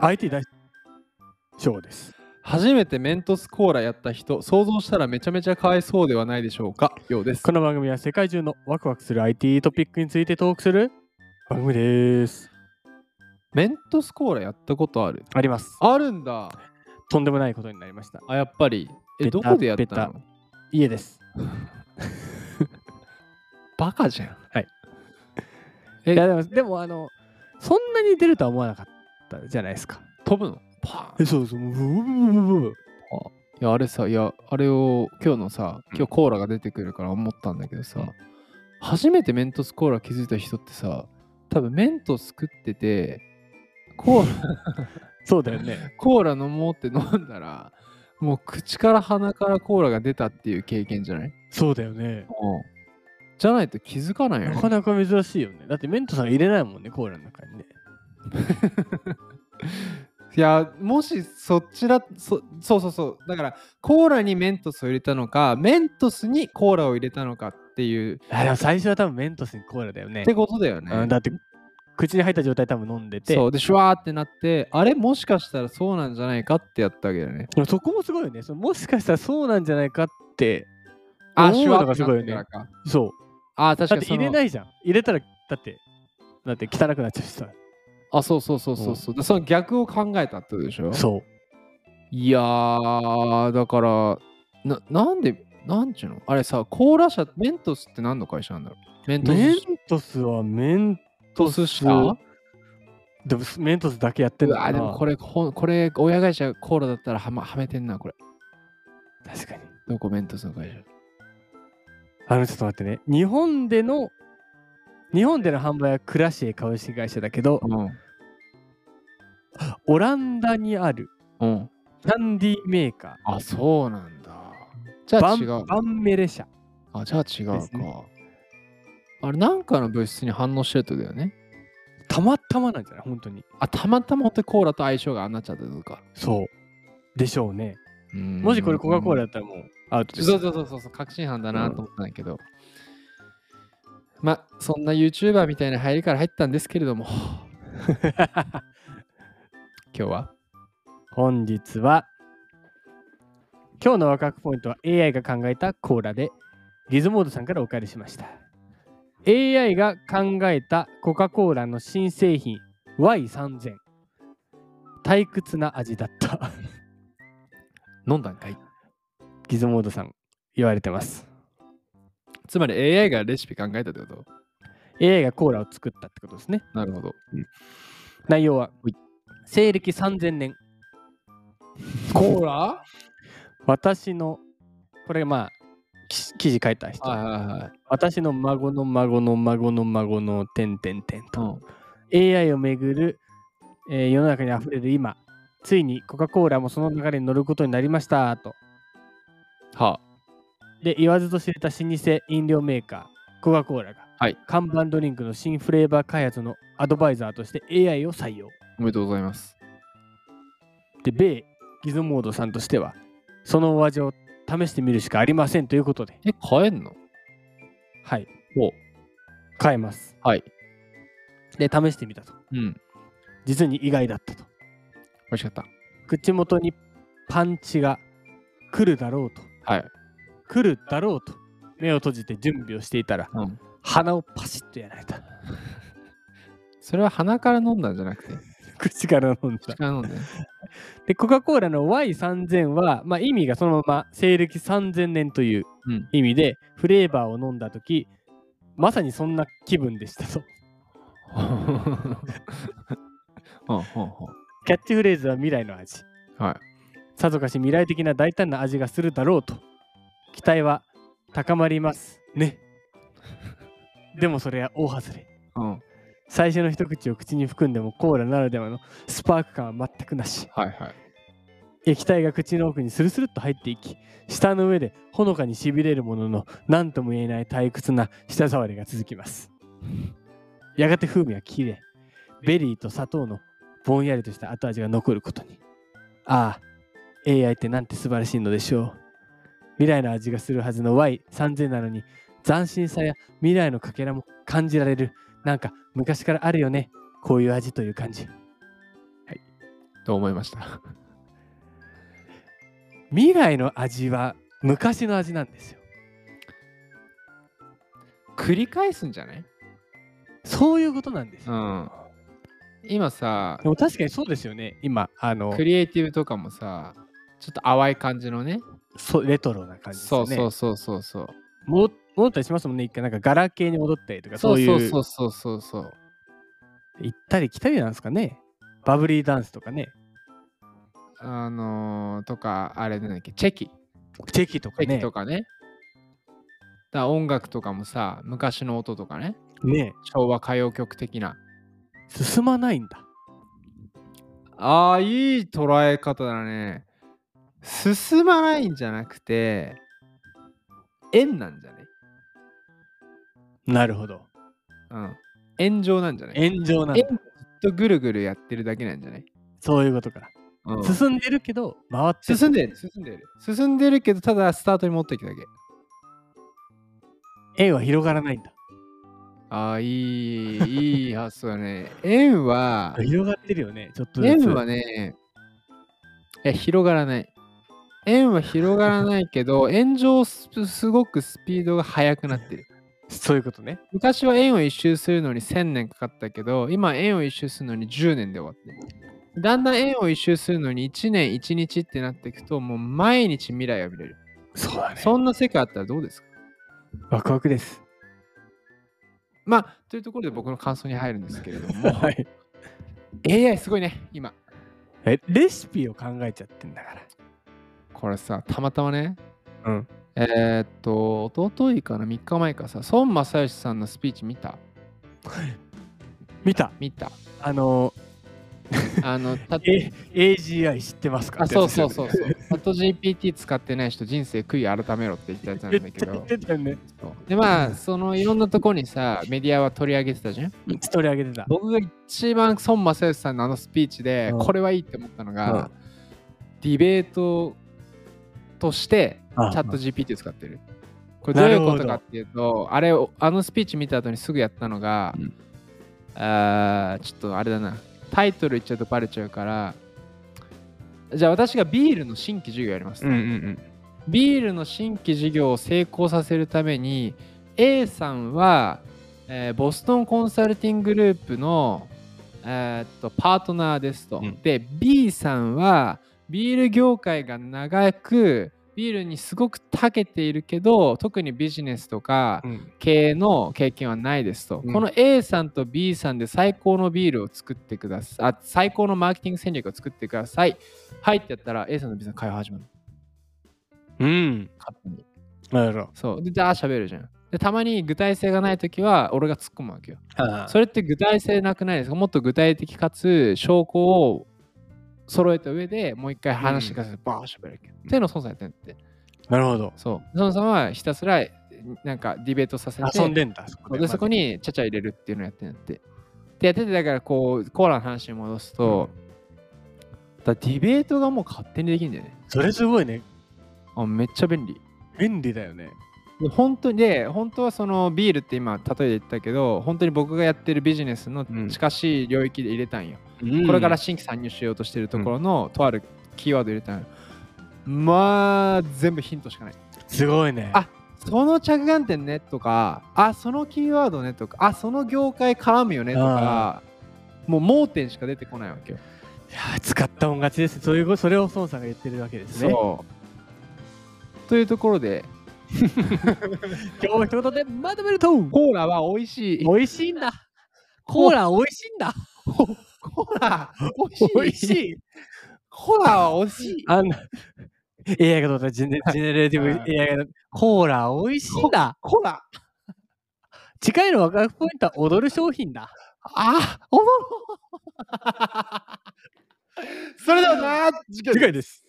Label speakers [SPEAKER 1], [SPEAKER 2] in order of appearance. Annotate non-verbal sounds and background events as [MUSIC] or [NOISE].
[SPEAKER 1] IT 大賞です。
[SPEAKER 2] 初めてメントスコーラやった人、想像したらめちゃめちゃかわいそうではないでしょうか。ようです
[SPEAKER 1] こ。の番組は世界中のワクワクする IT トピックについてトークする番組です。
[SPEAKER 2] メントスコーラやったことある
[SPEAKER 1] あります。
[SPEAKER 2] あるんだ。
[SPEAKER 1] とんでもないことになりました。
[SPEAKER 2] あ、やっぱり。え、
[SPEAKER 1] ペタ
[SPEAKER 2] どこでやっ
[SPEAKER 1] ペ
[SPEAKER 2] た
[SPEAKER 1] タ
[SPEAKER 2] の
[SPEAKER 1] 家です。
[SPEAKER 2] バカじゃん。
[SPEAKER 1] はい。
[SPEAKER 2] え
[SPEAKER 1] いやでも、でもあの、そんなに出るとは思わなかったじゃないですか。
[SPEAKER 2] 飛ぶのパーン。
[SPEAKER 1] え、そうそう、ブブブブブブ
[SPEAKER 2] いや、あれさ、いや、あれを今日のさ、
[SPEAKER 1] うん
[SPEAKER 2] 今日コーラが出てくるから思ったんだけどさ、初めてメントスコーラ気づいた人ってさ、多分メントス食ってて、コーラ
[SPEAKER 1] [LAUGHS] そうだよね。
[SPEAKER 2] コーラ飲もうって飲んだらもう口から鼻からコーラが出たっていう経験じゃない
[SPEAKER 1] そうだよね。
[SPEAKER 2] じゃないと気づかないよ
[SPEAKER 1] な
[SPEAKER 2] ね
[SPEAKER 1] かなか珍しいよね。だってメントさん入れないもんね、コーラの中にね。
[SPEAKER 2] [LAUGHS] いやもしそっちだそそうそうそうだからコーラにメントスを入れたのかメントスにコーラを入れたのかっていう
[SPEAKER 1] あ、でも最初は多分メントスにコーラだよね。
[SPEAKER 2] ってことだよね、
[SPEAKER 1] うん、だって、口に入った状態多分飲んでて。
[SPEAKER 2] そうでシュワーってなってあれもしかしたらそうなんじゃないかってやったわけだよね
[SPEAKER 1] でもそこもすごいよね。そのもしかしたらそうなんじゃないかって。
[SPEAKER 2] あ
[SPEAKER 1] 思
[SPEAKER 2] シ
[SPEAKER 1] う
[SPEAKER 2] ュ
[SPEAKER 1] の
[SPEAKER 2] ワー
[SPEAKER 1] が
[SPEAKER 2] って
[SPEAKER 1] す
[SPEAKER 2] な
[SPEAKER 1] ごい
[SPEAKER 2] っ
[SPEAKER 1] よ
[SPEAKER 2] てから
[SPEAKER 1] ね。
[SPEAKER 2] か
[SPEAKER 1] そう。
[SPEAKER 2] あ確か
[SPEAKER 1] だっ
[SPEAKER 2] に
[SPEAKER 1] て
[SPEAKER 2] その
[SPEAKER 1] 入れないじゃん。入れたら、だって、だって汚くなっちゃうしさ。
[SPEAKER 2] あそうそうそうそうそう、でその逆を考えたってことでしょ
[SPEAKER 1] そう。
[SPEAKER 2] いやー、だから、ななんで、なんちゅうのあれさ、コーラ社、メントスって何の会社なんだろうメントス
[SPEAKER 1] メントスはメン
[SPEAKER 2] トス社
[SPEAKER 1] でもメントスだけやって
[SPEAKER 2] うん
[SPEAKER 1] だ
[SPEAKER 2] わでもこれ、ほんこれ、親会社コーラだったらは,、ま、はめてんな、これ。
[SPEAKER 1] 確かに。
[SPEAKER 2] どこメントスの会社。
[SPEAKER 1] あの、ちょっと待ってね。日本での、日本での販売はクラシエ株式会社だけど、
[SPEAKER 2] うん。
[SPEAKER 1] オランダにある
[SPEAKER 2] うん。
[SPEAKER 1] キャンディーメーカ
[SPEAKER 2] あ、そうなんだ。じ
[SPEAKER 1] ー、
[SPEAKER 2] ゃ
[SPEAKER 1] バ
[SPEAKER 2] あ違
[SPEAKER 1] ン
[SPEAKER 2] う。
[SPEAKER 1] バンメレ社。
[SPEAKER 2] あ、じゃあ違
[SPEAKER 1] で
[SPEAKER 2] う
[SPEAKER 1] す
[SPEAKER 2] か。あれ、なんかの物質に反応してるってことだよね。
[SPEAKER 1] たまたまなんじゃない本当に。
[SPEAKER 2] あ、たまたま本当にコーラと相性があんなっちゃったってことか。
[SPEAKER 1] そう。でしょうね。
[SPEAKER 2] も
[SPEAKER 1] もしこれコカ・コーラだったらもうアウトです
[SPEAKER 2] そう。そうそうそうそう、確信犯だなと思ったんだけど、まあ、そんな YouTuber みたいな入りから入ったんですけれども、今日は
[SPEAKER 1] 本日は今日のワクワクポイントは AI が考えたコーラでギズモードさんからお借りしました AI が考えたコカ・コーラの新製品 Y3000 退屈な味だった [LAUGHS]
[SPEAKER 2] 飲んだんかい。
[SPEAKER 1] ギズモードさん言われてます
[SPEAKER 2] つまり AI がレシピ考えたってこと
[SPEAKER 1] AI がコーラを作ったってことですね
[SPEAKER 2] なるほど。
[SPEAKER 1] 内容は西暦3000年
[SPEAKER 2] コー [LAUGHS] ラ
[SPEAKER 1] 私のこれがまあ記記事書いた人
[SPEAKER 2] はいはいはい。
[SPEAKER 1] 私の孫の孫の孫の孫の点点点
[SPEAKER 2] う
[SPEAKER 1] と、
[SPEAKER 2] ん
[SPEAKER 1] AI をめぐる、えー世の中にあふれる今ついにコカ・コーラもその流れに乗ることになりましたと
[SPEAKER 2] は
[SPEAKER 1] で言わずと知れた老舗飲料メーカーコカ・コーラが、
[SPEAKER 2] はい
[SPEAKER 1] 看板ドリンクの新フレーバー開発のアドバイザーとして AI を採用
[SPEAKER 2] あ、おめでとうございます。
[SPEAKER 1] で米ギズモードさんとしてはそのお味を試してみるしかありませんということで
[SPEAKER 2] え、買えんの
[SPEAKER 1] はい
[SPEAKER 2] お
[SPEAKER 1] 変えます
[SPEAKER 2] はい。
[SPEAKER 1] で試してみたと
[SPEAKER 2] うん。美
[SPEAKER 1] 実に意外だったと
[SPEAKER 2] 味しかった。
[SPEAKER 1] 口元にパンチが来るだろうと
[SPEAKER 2] はい。
[SPEAKER 1] 来るだろうと目を閉じて準備をしていたら
[SPEAKER 2] うん。
[SPEAKER 1] 鼻をパシッとやられた [LAUGHS]
[SPEAKER 2] それは鼻から飲んだんじゃなくて、
[SPEAKER 1] 口から飲ん
[SPEAKER 2] 口
[SPEAKER 1] だ
[SPEAKER 2] から飲ん [LAUGHS] で。
[SPEAKER 1] でコカ・コーラの Y3000 は、まあ、意味がそのまま西暦3000年という
[SPEAKER 2] うん
[SPEAKER 1] 意味で、フレーバーを飲んだ時まさにそんな気分でしたと [LAUGHS]
[SPEAKER 2] うんうんうん
[SPEAKER 1] キャッチフレーズは未来の味
[SPEAKER 2] はい。
[SPEAKER 1] さぞかし未来的な大胆な味がするだろうと期待は高まりますね [LAUGHS] でもそれは大外れ
[SPEAKER 2] うん。はい
[SPEAKER 1] 最初の一口を口に含んでもコーラならではのスパーク感は全くなし
[SPEAKER 2] はい。
[SPEAKER 1] 液体が口の奥にスルスルっと入っていき舌の上でほのかにしびれるものの何とも言えない退屈な舌触りが続きますやがて風味は切れベリーと砂糖のぼんやりとした後味が残ることにああ AI ってなんて素晴らしいのでしょう未来の味がするはずの Y3000 なのに斬新さや未来のかけらも感じられるなんか昔からあるよねこういう味という感じ
[SPEAKER 2] と思いました。
[SPEAKER 1] 未来の味は昔の味なんですよ
[SPEAKER 2] 繰り返すんじゃない
[SPEAKER 1] そういうことなんです
[SPEAKER 2] う
[SPEAKER 1] よ、
[SPEAKER 2] ん。今さ
[SPEAKER 1] で、も確かにそうですよね今あの
[SPEAKER 2] クリエイティブとかもさ、ちょっと淡い感じのね。
[SPEAKER 1] そうレトロな感じです
[SPEAKER 2] そ
[SPEAKER 1] よ
[SPEAKER 2] う
[SPEAKER 1] ね
[SPEAKER 2] そうそうそうそう。
[SPEAKER 1] 戻戻ったりしますもんね一回なんかガラケーに戻ったりとか
[SPEAKER 2] そ
[SPEAKER 1] そう
[SPEAKER 2] う
[SPEAKER 1] いう
[SPEAKER 2] そうそうそうそうそう。
[SPEAKER 1] 行ったり来たりなんですかねバブリーダンスとかね
[SPEAKER 2] あのーとか、あれなんだっけ、チェキ。
[SPEAKER 1] チェキとか
[SPEAKER 2] チェキ
[SPEAKER 1] ね
[SPEAKER 2] とかね。だから音楽とかもさ、昔の音とかね、
[SPEAKER 1] ね
[SPEAKER 2] 昭和歌謡曲的な。
[SPEAKER 1] 進まないんだ
[SPEAKER 2] ああ、いい捉え方だね。進まないんじゃなくて、円なんじゃね
[SPEAKER 1] なるほど
[SPEAKER 2] うん。炎上なんじゃない
[SPEAKER 1] 炎上なん
[SPEAKER 2] 円
[SPEAKER 1] だ
[SPEAKER 2] ずっとぐるぐるやってるだけなんじゃない、
[SPEAKER 1] そういうことか、
[SPEAKER 2] うん、
[SPEAKER 1] 進んでるけど回ってる
[SPEAKER 2] 進んでる、進んでる。進んでるけど、ただスタートに持っていくだけ。
[SPEAKER 1] 円は広がらないんだ
[SPEAKER 2] ああ、いい、いい発想だね。円は、
[SPEAKER 1] 広がってるよねちょっとずつ
[SPEAKER 2] 円はね、いや、広がらない。円は広がらないけど、 [LAUGHS] 炎上すすごくスピードが速くなってる。
[SPEAKER 1] そういうことね
[SPEAKER 2] 昔は円を一周するのに1000年かかったけど、今円を一周するのに10年で終わってる。だんだん円を一周するのに1年1日ってなっていくと、もう毎日未来が見れる。
[SPEAKER 1] そうだね
[SPEAKER 2] そんな世界あったらどうですか
[SPEAKER 1] ワクワクです
[SPEAKER 2] まあ、というところで僕の感想に入るんですけれども、
[SPEAKER 1] [LAUGHS] はい
[SPEAKER 2] AI すごいね、今。
[SPEAKER 1] えレシピを考えちゃってんだから
[SPEAKER 2] これさ、たまたまね、
[SPEAKER 1] うん
[SPEAKER 2] えーっと、一昨日かな、3日前かさ、孫正義さんのスピーチ見た
[SPEAKER 1] 見た
[SPEAKER 2] 見た。
[SPEAKER 1] あの [LAUGHS]
[SPEAKER 2] あの、た
[SPEAKER 1] A- AGI 知ってますか
[SPEAKER 2] あ、そうそうそううそう。チャット GPT 使ってない人、人生悔い改めろって言ったやつなん
[SPEAKER 1] め
[SPEAKER 2] だ
[SPEAKER 1] っ [LAUGHS] ち
[SPEAKER 2] け
[SPEAKER 1] ゃ言って
[SPEAKER 2] ど。
[SPEAKER 1] たよね
[SPEAKER 2] そうで、まあ、そのいろんなとこにさ、メディアは取り上げてたじゃん。
[SPEAKER 1] 取り上げてた
[SPEAKER 2] 僕が一番孫正義さんのあのスピーチで、
[SPEAKER 1] うん
[SPEAKER 2] これはいいって思ったのが、ディベートとして、チャット GPT 使ってる。これどういうことかっていうと、あれを、あのスピーチ見た後にすぐやったのが、
[SPEAKER 1] うん
[SPEAKER 2] あーちょっとあれだな、タイトル言っちゃうとバレちゃうから、じゃあ私がビールの新規事業やります、
[SPEAKER 1] うんうん
[SPEAKER 2] ビールの新規事業を成功させるために、A さんは、えーボストンコンサルティンググループの、えーっとパートナーですと。
[SPEAKER 1] うん
[SPEAKER 2] で、B さんはビール業界が長く、ビールにすごく長けているけど、特にビジネスとか
[SPEAKER 1] うんうん
[SPEAKER 2] 経営の経験はないですと。
[SPEAKER 1] うん
[SPEAKER 2] この A さんと B さんで最高のビールを作ってください。あ最高のマーケティング戦略を作ってください。はいってやったら A さんと B さん会話始まる。
[SPEAKER 1] うん
[SPEAKER 2] 勝手に。
[SPEAKER 1] なるほど
[SPEAKER 2] そう。で、ダー喋るじゃん。で、たまに具体性がないときは、俺が突っ込むわけよ。そ
[SPEAKER 1] れ
[SPEAKER 2] れって具体性なくないですかもっと具体的かつ、証拠を揃えた上でもう一回話してください。バーッ喋るわけよ。っていうのを孫さんやってんだって。
[SPEAKER 1] なるほど
[SPEAKER 2] そう。孫さんはひたすら、なんかディベートさせて、
[SPEAKER 1] 遊んでんだそ
[SPEAKER 2] そうでそこにちゃちゃ入れるっていうのをやってんだって。で、やってて、だからこう、コーラの話に戻すと、だからディベートがもう勝手にできるんだよね。
[SPEAKER 1] それすごいね
[SPEAKER 2] あめっちゃ便利。
[SPEAKER 1] 便利だよね
[SPEAKER 2] で本当にで本当はそのビールって今例えで言ったけど本当に僕がやってるビジネスの
[SPEAKER 1] うん
[SPEAKER 2] 近しい領域で入れたんよ、これから新規参入しようとしてるところの、とあるキーワード入れたんよまあ全部ヒントしかない
[SPEAKER 1] すごいね
[SPEAKER 2] あその着眼点ねとかあそのキーワードねとかあその業界絡むよねとかもう盲点しか出てこないわけよ、
[SPEAKER 1] いやー使ったもん勝ちですそういうことそれを孫さんが言ってるわけですね
[SPEAKER 2] そうというところで
[SPEAKER 1] 今日も一言でまとめると
[SPEAKER 2] コーラは美味しい
[SPEAKER 1] 美味しいんだコーラ美味しいんだ
[SPEAKER 2] コーラ
[SPEAKER 1] 美
[SPEAKER 2] 美
[SPEAKER 1] 味
[SPEAKER 2] 味
[SPEAKER 1] し
[SPEAKER 2] しい
[SPEAKER 1] い
[SPEAKER 2] コーラは美味しい
[SPEAKER 1] あんな AI がどうだジェネジェネレーティブ
[SPEAKER 2] はい
[SPEAKER 1] AI がコーラ美味しいんだ
[SPEAKER 2] コーラ
[SPEAKER 1] 近いのワクワクポイントは踊る商品だ
[SPEAKER 2] あおもろそれではな次回
[SPEAKER 1] 次回です